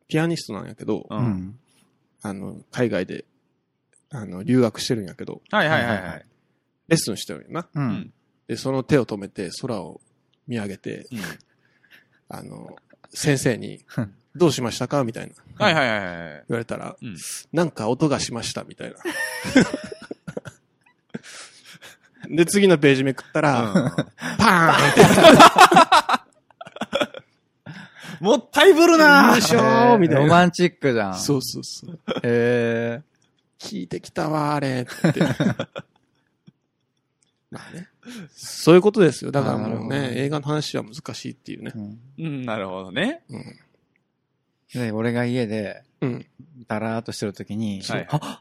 D: ピアニストなんやけど、
E: う。
B: うんん。
D: あの、海外で、あの、留学してるんやけど、
E: はいはいはいはい。
D: レッスンしてるんやな。
B: うんん。
D: で、その手を止めて、空を見上げて、
E: うん
D: あの、先生に
B: うん、
D: どうしましたかみたいな。
E: はいはいはいはい。
D: 言われたら、
E: うん
D: なんか音がしました、みたいな。で、次のページめくったら、パーンって
E: もったいぶるな
D: でしょ
B: え
D: ー
B: ー
D: みたい
B: ロ
D: な。
B: マンチックじゃん。
D: そうそうそう。
B: え
D: 聞いてきたわ、あ
B: (laughs)
D: れ、って。まあね。そういうことですよ。だからもう
B: あーなる
D: ね
B: ほ、ど
D: 映画の話は難しいっていうね
B: え。。うん
E: うん、なるほどね。
D: うん。
B: で、俺が家で、
D: うん。
B: だらーっとしてるときに、
E: はい
B: あ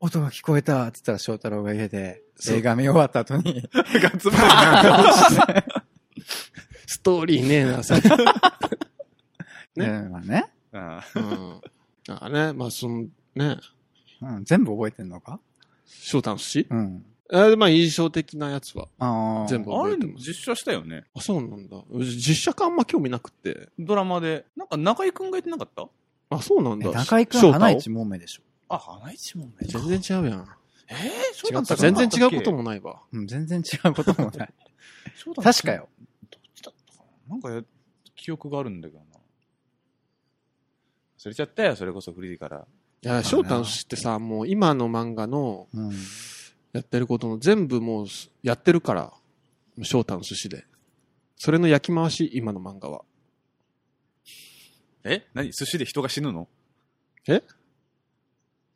B: 音が聞こえたって言ったら翔太郎が家で、
D: そう
B: 映画見終わった後に、
E: ガッツポーズ
D: ストーリーねえな、さ。ね
B: うんまあね、
E: (laughs) うん
D: うん。だからね、ま (laughs) あその、ね、
B: うん、全部覚えてんのか
D: 翔太の寿司
B: うん。
D: えーまあ印象的なやつは
B: ああ。
D: 全部
E: あ
D: 覚
E: れ
D: えて、ます。
E: 実写したよね。
D: あ、そうなんだ。う実写化あんま興味なくて。
E: ドラマで。なんか中井くんがやってなかった
D: あ、そうなん
B: え
D: だ。
B: 中井く
D: 翔
B: ん、
D: 太を
B: 花一もめでしょ。
E: あ、花一門ね。
D: 全然違うやん。
E: えー、そうだったかな
D: 全然違うこと。もないわ。
B: うん、全然違うことも
D: (laughs)
B: ない。
E: そうだった
B: 確か。よ。
E: どっちだったかななんかや、記憶があるんだけどな。忘れちゃったよ、それこそフリーから。
D: いや、翔太の寿司ってさ、もう今の漫画の
B: うん。
D: やってることの全部もうやってるから、翔太の寿司で。それの焼き回し、今の漫画は。
E: え何寿司で人が死ぬの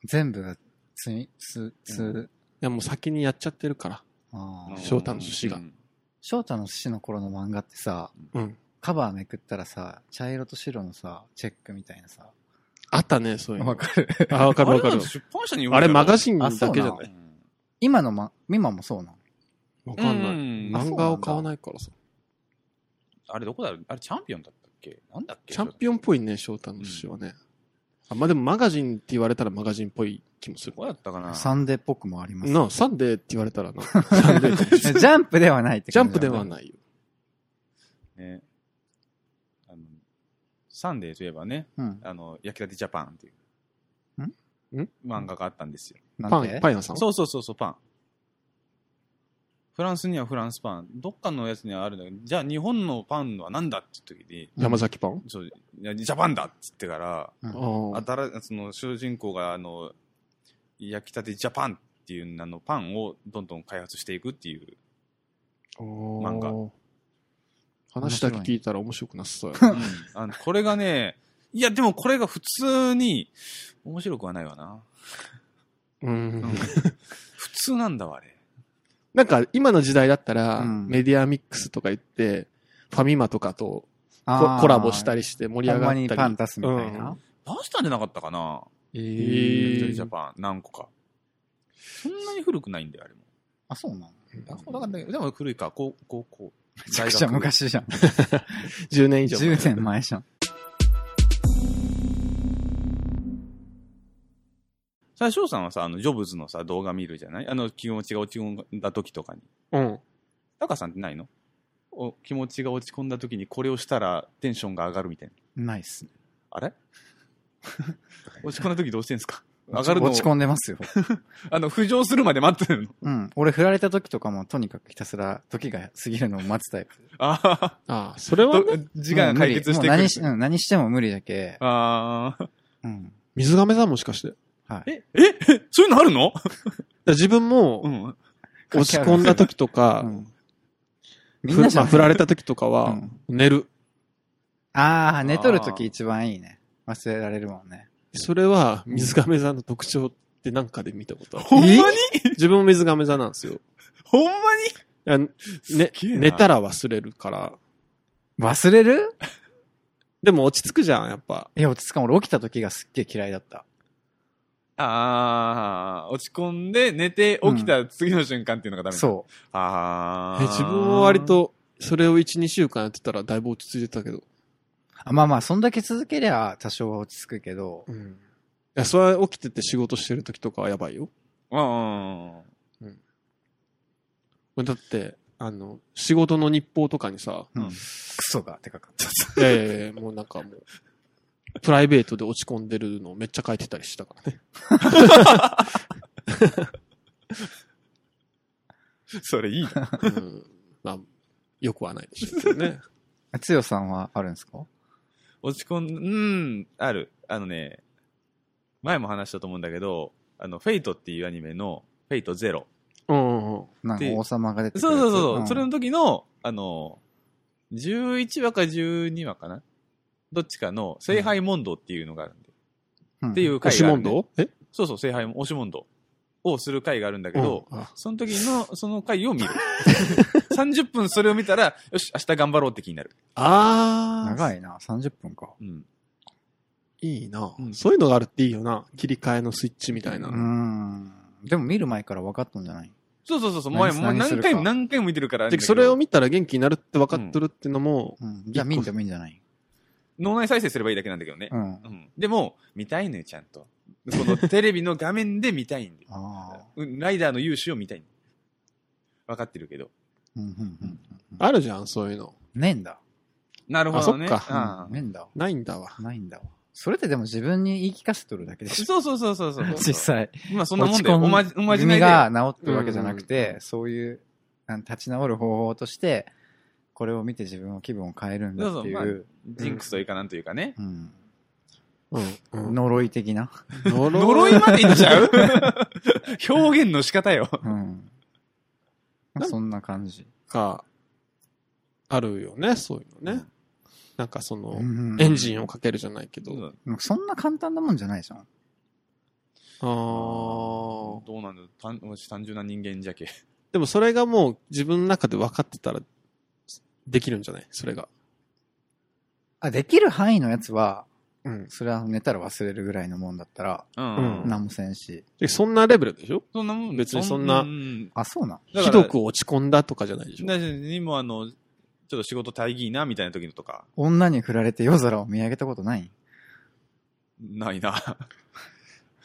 B: 全部が、つみ、す、つ、
D: いや、もう先にやっちゃってるから。
B: ああ。
D: 翔太の寿司が
E: うん
B: 翔太の寿司の頃の漫画ってさ、
D: うん。
B: カバーめくったらさ、茶色と白のさ、チェックみたいなさ。
D: あったね、そういう
B: わ
D: の。
B: かる。
D: あ、わかるわか
E: あれ
D: る
E: なん。出版社に言わ
D: あ
E: れ
D: れ、
E: たの
D: マガジンだ
B: あ
D: け
B: そうな
D: じゃ
B: の
D: ない
E: うん
B: 今のま、今もそうなの
D: わかんない。
E: うん
D: 漫画を買わないからさ。
E: あれどこだあれチャンピオンだったっけなんだっけ
D: チャンピオンっぽいね、翔太の寿司はね。あ、まあでもマガジンって言われたらマガジンっぽい気もする
E: ど。こだったかな
B: サンデーっぽくもあります。
D: なあ、サンデーって言われたらな。サンデーかもし
B: ジ
D: れない
B: ャンプではないって
D: ジャンプで
B: な。
D: はいないよ。
E: ね。あの、サンデーといえばね、
B: うん。
E: あの、焼きたてジャパンっていう。
D: んん
E: 漫画があったんですよ。
B: な
D: パ
B: んで
D: ン、パン屋さん
E: そうそうそうそう、パン。フランスにはフランスパン。どっかのやつにはあるんだけど、じゃあ日本のパンは何だって時に、
D: 山崎パン、
E: そう、いやジャパンだっつってから、
D: ああ。
E: 新その主人公があの焼きたてジャパンっていうあのパンをどんどん開発していくっていう漫
D: 画。話だけ聞いたら面白くなさそう
B: (laughs)
D: やな。
E: あのこれがねいやでもこれが普通に面白くはないわな、
D: うん。
E: 普通なんだわあれ
D: なんか、今の時代だったら、
B: うん
D: メディアミックスとか言って、ファミマとかとコ
B: あー
D: コラボしたりして盛り
B: ほ
D: 上
B: ん
D: が
B: ま
D: ったり。
B: にパン出すみたいな。
E: 出したんじゃなかったかな
B: え
E: 焼きた
D: ー
E: てジャパン何個かそんなに古くないんだよあれも
B: あ、そうなの
E: あそうだからねでも古いか高高校
B: めちゃくちゃ昔じゃん。
D: 10年以上。
B: 10年前じゃん。
E: 最初さんはさあのジョブズのさ動画見るじゃないあの気持ちが落ち込んだ時とかに
D: うん。
E: タカさんってないのお気持ちが落ち込んだ時にこれをしたらテンションが上がるみたいな
B: ないっすね。(laughs)
E: あれ落ち込んだ時どうしてんすか上
B: 落
E: がるの
B: ち込んでますよ。
E: あの、浮上するまで待ってるの。
B: うん。俺振られた時とかもとにかくひたすら時が過ぎるのを待つタイプ。
E: あはは
D: ああ、それはね、
E: と時間が解決してい
B: もう無理もう何
E: く
B: し、うん、何しても無理だけ。
E: あー
B: うん。
D: 水亀さんもしかして。
B: はい。
E: え、え、そういうのあるの
D: 自分
E: う
D: も、
E: ん。
D: 落ち込んだ時とか
B: う、ん。みん
D: みん
B: な
D: な
B: じゃ
D: 振られた時とか
B: う
D: は、
B: ん
D: 寝る。
B: ああ、寝とる時一番いいね。忘れられるもんね。
D: それは、水亀座の特徴ってなんかで見たことある。
E: ほんまに
D: 自分も水亀座なんですよ。い
E: ほんまに
D: やね、
E: げえな
D: 寝たら忘れるから。
B: 忘れる
D: でも落ち着くじゃん、やっぱ。
B: いや、落ち着かん。俺起きた時がすっげえ嫌いだった。
E: ああ、落ち込んで寝て起きた次の瞬間っていうのがダメだ。う。
B: そ
E: あ
D: え
E: あ。
D: 自分は割。と、それを1、2週間やってたらだいぶ落ち着いてたけど。
B: う。あまあまあ、そんだけ続けりゃ多少は落ち着くけど、
D: うん。いや、それは起きてて仕事してる時とかはやばいよ。
E: うんうん (laughs) うん。
D: だって、あの、仕事の日報とかにさ、
B: うん
E: うん
B: クソがでかかった。
D: いやいやいや、もうなんかもう、プライベートで落ち込んでるのをめっちゃ書いてたりしたからね。
E: それいいな。
D: うん。まあ、よくはないでしょうけどね。
B: あつよさんはあるんですか
E: 落ち込ん、うん、ある。あのね、前も話したと思うんだけど、あの、フェイトっていうアニメの、フェイトゼロ。
D: うんうんうん。
B: なんか
E: で
B: 王様が出てく
E: そ
B: る
E: う
B: やつ。
E: そうそう。
B: ん
E: それの時の、あの、11話か12話かなどっちかの、聖杯問答っていうのがあるん
B: う
E: で。
B: ん
E: っていう
D: 押
E: 回
D: し
E: がある
D: 問
E: んで、
D: 答え
E: そうそう、聖杯、押し問答をする回があるんだけど、
D: うんあ
E: その時の、その回を見る。30分それを見たら、よし、明日頑張ろうって気になる。
D: あー
B: 長いな、30分か。
E: うん。
D: いいな、
E: うん
D: そういうのがあるっていいよな。切り替えのスイッチみたいな。
B: うーん。でも見る前から分かったんじゃない
E: そうそうそうそう、前
B: 何
E: もう
B: 何す
E: 何
B: るか
E: 回も何回も見てるからあれだ
D: で、
E: けど。
D: それを見たら元気になるって分かっとるってのも、
B: うん。じゃあ見んでもいいんじゃない
E: 脳内再生すればいいだけなんだけどね
B: う。ん
E: う。ん。でも、見たいのよ、ちゃんと。このテレビの画面で見たいんだよ。
B: ああ。
E: うんライダーの勇姿を見たい。分かってるけど。
B: うん、うん、うん。
D: あるじゃん、そういうの。
B: ねえんだ。
E: なるほどね。
D: あそっ
B: うんねえ
E: うん
B: んだわ。
D: ないんだわ。
B: ないんだわ。それってでも自分に言い聞かせとるだけでしょ。
E: そうそうそうそうそう。
B: (laughs) 実際。
E: まあそんなもんだよ。おまじ、おまじな
B: 組
E: いで。
B: が治ってるわけじゃなく
D: うんう
B: て
D: ん、
B: そういう、なん立ち直る方法として、これを見て自分の気分を変えるんだってい、
E: そうそうジンクスというかなんというかね。
B: うん
D: うん。うん、
B: 呪い的な。
D: 呪
E: 呪いまでいっちゃう (laughs) 表現の仕方よ。
B: うん
D: なん
B: そんな感じ。
D: があるよね、そういうのね。なんかその、エ
B: エ
D: ンジンをかけるじゃないけど。
B: そんな簡単なもんじゃないじゃん。
D: あー
E: どうなんだろう単私単純な人間じゃけ。
D: でもそれがもう自分の中で分かってたら、できるんじゃないそれが。
B: あ、できる範囲のやつは、
D: うん。
B: それは寝たら忘れるぐらいのもんだったら、
E: うん
D: うん
B: 何もせんし。
D: でそんなレベルでしょ
E: そんなもん
D: 別にそんな
E: ううん
B: あ、そうなん。
E: だか
D: ひ
E: ら
D: どく落ち込んだとかじゃないでしょ
E: だし、にもあの、ちょっと仕事大義いな、みたいな時のとか、
B: 女に振られて夜空を見上げたことない
E: ない (laughs) な。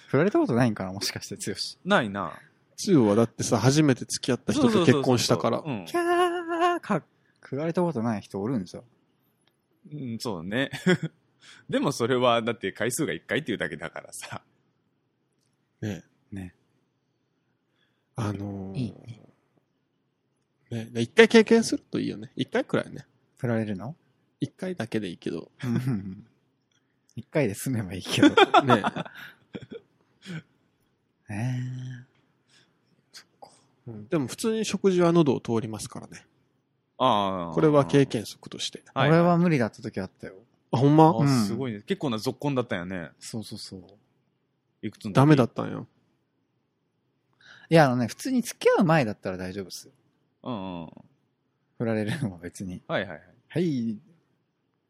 B: 振られたことないんかなもしかして、強し。
E: ないな。
D: つゆはだってさ、初めて付き合った人と結婚したから
E: う。ん
B: キャーか、振られたことない人おるんじゃん。
E: うん、そうね。 (laughs) でもそれは、だって回数が1回っていうだけだからさ。
D: ね
B: ね
D: あのー
B: いい
D: ねで一回経験するといいよね。一回くらいね。
B: 振られるの
D: 一回だけでいい
B: (laughs)
D: けど。
B: 一回で済めばいいけど。 (laughs)
D: ね
B: えー
D: うんでも普通に食事は喉を通りますからね。
E: ああ。
D: これは経。験則として。
E: はい
B: 俺は無理だった時あったよ。
D: あ、ほんま
E: あ
B: うん
E: すごいね。結構な続婚だったよね。
B: そうそうそう。
E: いくつの時
D: ダメだったんよ。
B: いや、あのね、普通に付き合う前だったら大丈夫っすよ。
E: うんうん。はい
B: 振られるのは別に。
E: はいはい。
B: はい。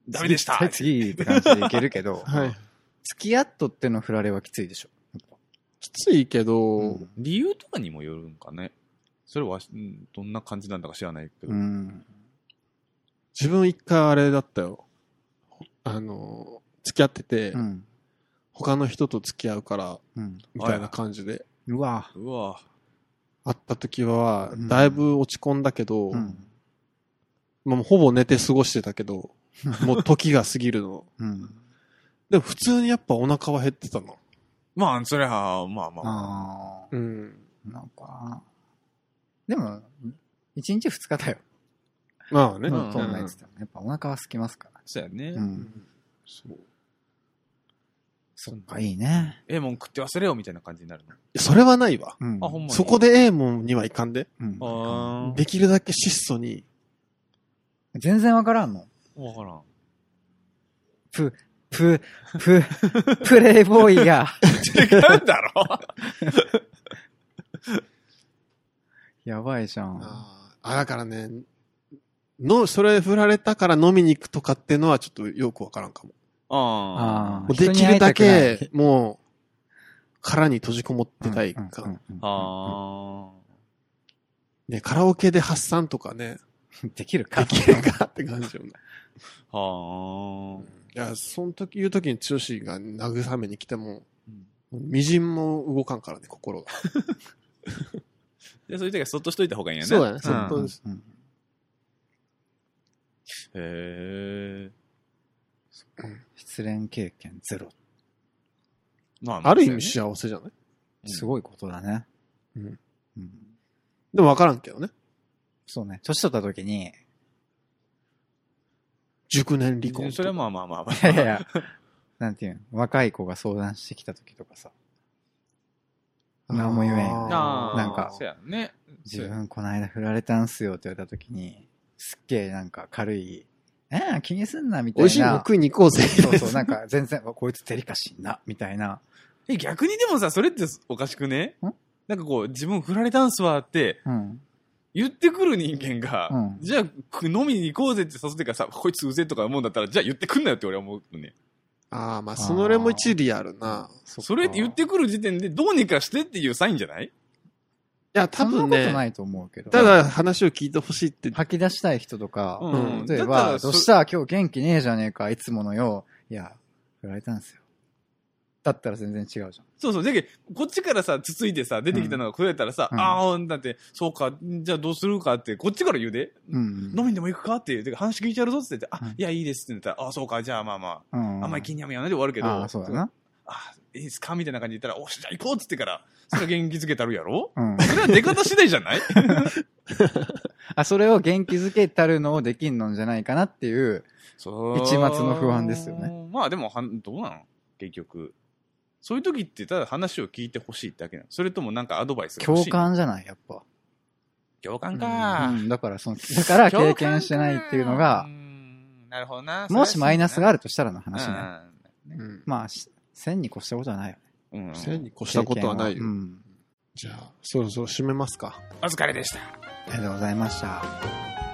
E: ダメでした
B: はい、次って感じでいけるけ
E: (laughs)
B: ど、
D: はい。
B: 付き合っとっての振られはきついでしょ。やっぱ
D: きついけど、
B: うん
E: 理由とかにもよるんかね。それは、うんどんな感じなんだか知らないけど。
B: うん。
D: 自分一回あれだったよ。あのー付き合ってて、
B: うん。
D: 他の人と付き合うから、
B: うん。
D: みたいな感じで、
B: うわ。
E: うわ
D: 会った時は
B: う、ん
D: だいぶ落ち込んだけど、
B: うん。 (laughs)
D: まあ、もうほぼ寝て過ごしてたけど、もう時が過ぎるの。
B: うん。
D: でも普通にやっぱお腹は減ってたな。
E: まあ、それは、まあまあ。
B: あ
D: うん。
B: あ、なんか、でも、1日2日だよ。
D: まあね。
E: うん
B: そんなやつってもやっぱお腹は空きますか
E: そうやね
B: ら。う。。
D: うんんそう
B: そっか、いいね。
E: ええもん食って忘れようみたいな感じになるの。
D: いやそれはないわ。
B: うん。
E: あ、ほんまに。
D: そこでええもんにはいかんで。
B: うん
E: あ
D: できるだけ質素に。
B: 全然わからんの。
E: あ。わからん。
B: プ、プ、 (laughs) プレイボーイが。 (laughs)
E: 違うんだろ
B: やばいじゃん。
D: あーあ、だからね、の、それ振られたから飲みに行くとかっていうのはちょっとよくわからんかも。
B: あ
E: あ
D: もうできるだけ、もう、殻に閉じこもってたいか。
B: うんうんうん
E: あ。あ
D: ね、カラオケで発散とかね、
B: できるか。
D: できるかって感じよね。
E: あ。はあ。
D: いや、その時、いう時に剛が慰めに来ても、
E: うん
D: みじんも動かんからね、心が。
E: で、そういう時はそっとしといた方がいいんやね。
D: そうだね、そ
E: ん
D: っとです。
B: うん
E: へえ。
B: 失恋経験ゼロ。
E: まあま
D: ある意味
E: そう
D: 幸せじゃない
E: うん
B: すごいことだね。
D: うん
B: うん。
D: でもわからんけどね。
B: そうね。年取った時に、
D: 熟年離
E: やね
D: 婚。
E: それはまあまあまあま
B: いやい
E: あ。
B: や、なんていうの、若い子が相談してきた時とかさ、何も言えんよね
E: ああ。
B: なんか
E: そうやね。
B: 自分こないだ振られたんすよって言われた時に、すっげえなんか軽い、えー、気にすんなみたい
D: 美
B: な。
D: 味しいもん食いに行こうぜ。
B: そうそう、なん (laughs) か全然、わこいつデリカシーな、みたいな。
E: え、逆にでもさ、それっておかしくね
B: ん
E: なんかこう、自分振られたんすわって
B: うん。
E: 言ってくる人間が、
B: うん
E: じゃあく飲みに行こうぜって誘ってからさ、こいつうぜとか思うんだったら、じゃあ言ってくんなよって俺は思うのね。
D: (laughs) ああ、まあ、そのれも一理あるな。
B: そっか
E: それって言ってくる時点でどうにかしてっていうサインじゃない
D: いや、多
B: そ
D: 分
B: んなことな
D: ね、
B: いと思うけど。
D: た、だ話を聞いてほしいって、
B: 吐き出したい人とか、
E: うん
B: 例え
E: だった
B: ば、
E: らそ
B: どうした今日元気ねえじゃねえか、いつものよ。いや、振られたんすよ。だったら全然違うじゃん。
E: そうそう。じゃけこっちからさ、つついてさ、出てきたのが食れたらさ、
B: うん
E: ああ、だって、そうか、じゃあどうするかって、こっちから言うで。
B: うん。
E: 飲みにでも行くかっていう、てか話聞いてやるぞって言って、あ、
B: うん
E: いや、いいですって言ったら、ああ、そうか、じゃあまあま
B: う
E: あ、
B: ん。
E: あんまり気にやめやめで終わるけど、
B: ああ、そうだな。
E: あいいですかみたいな感じで言ったら、おし、じゃあ行こうっつってから、それは元気づけたるやろ (laughs)
B: うん。
E: それは出方次第じゃない
B: (laughs) あ、それを元気づけたるのをできんのんじゃないかなっていう。
E: そう
B: 一抹の不安ですよね。
E: まあでも、はんどうなの結局。そういう時って、ただ話を聞いてほしいだけなのそれともなんかアドバイスが欲
B: 共
E: しいの
B: 感じゃないやっぱ。
E: 共感か。
B: うん、だからその、だから経験してないっていうのが
E: う、ん、なるほどな。
B: もしマイナスがあ
E: る
B: るとしたらの話ね。
D: うん。
B: まあ、し線に越したことはないよね。
E: うん。
D: 線に越したことはないよ
B: 経験。うん。
D: じゃあ、そろそろ締めますか。
E: お疲れでした。
B: ありがとうございました。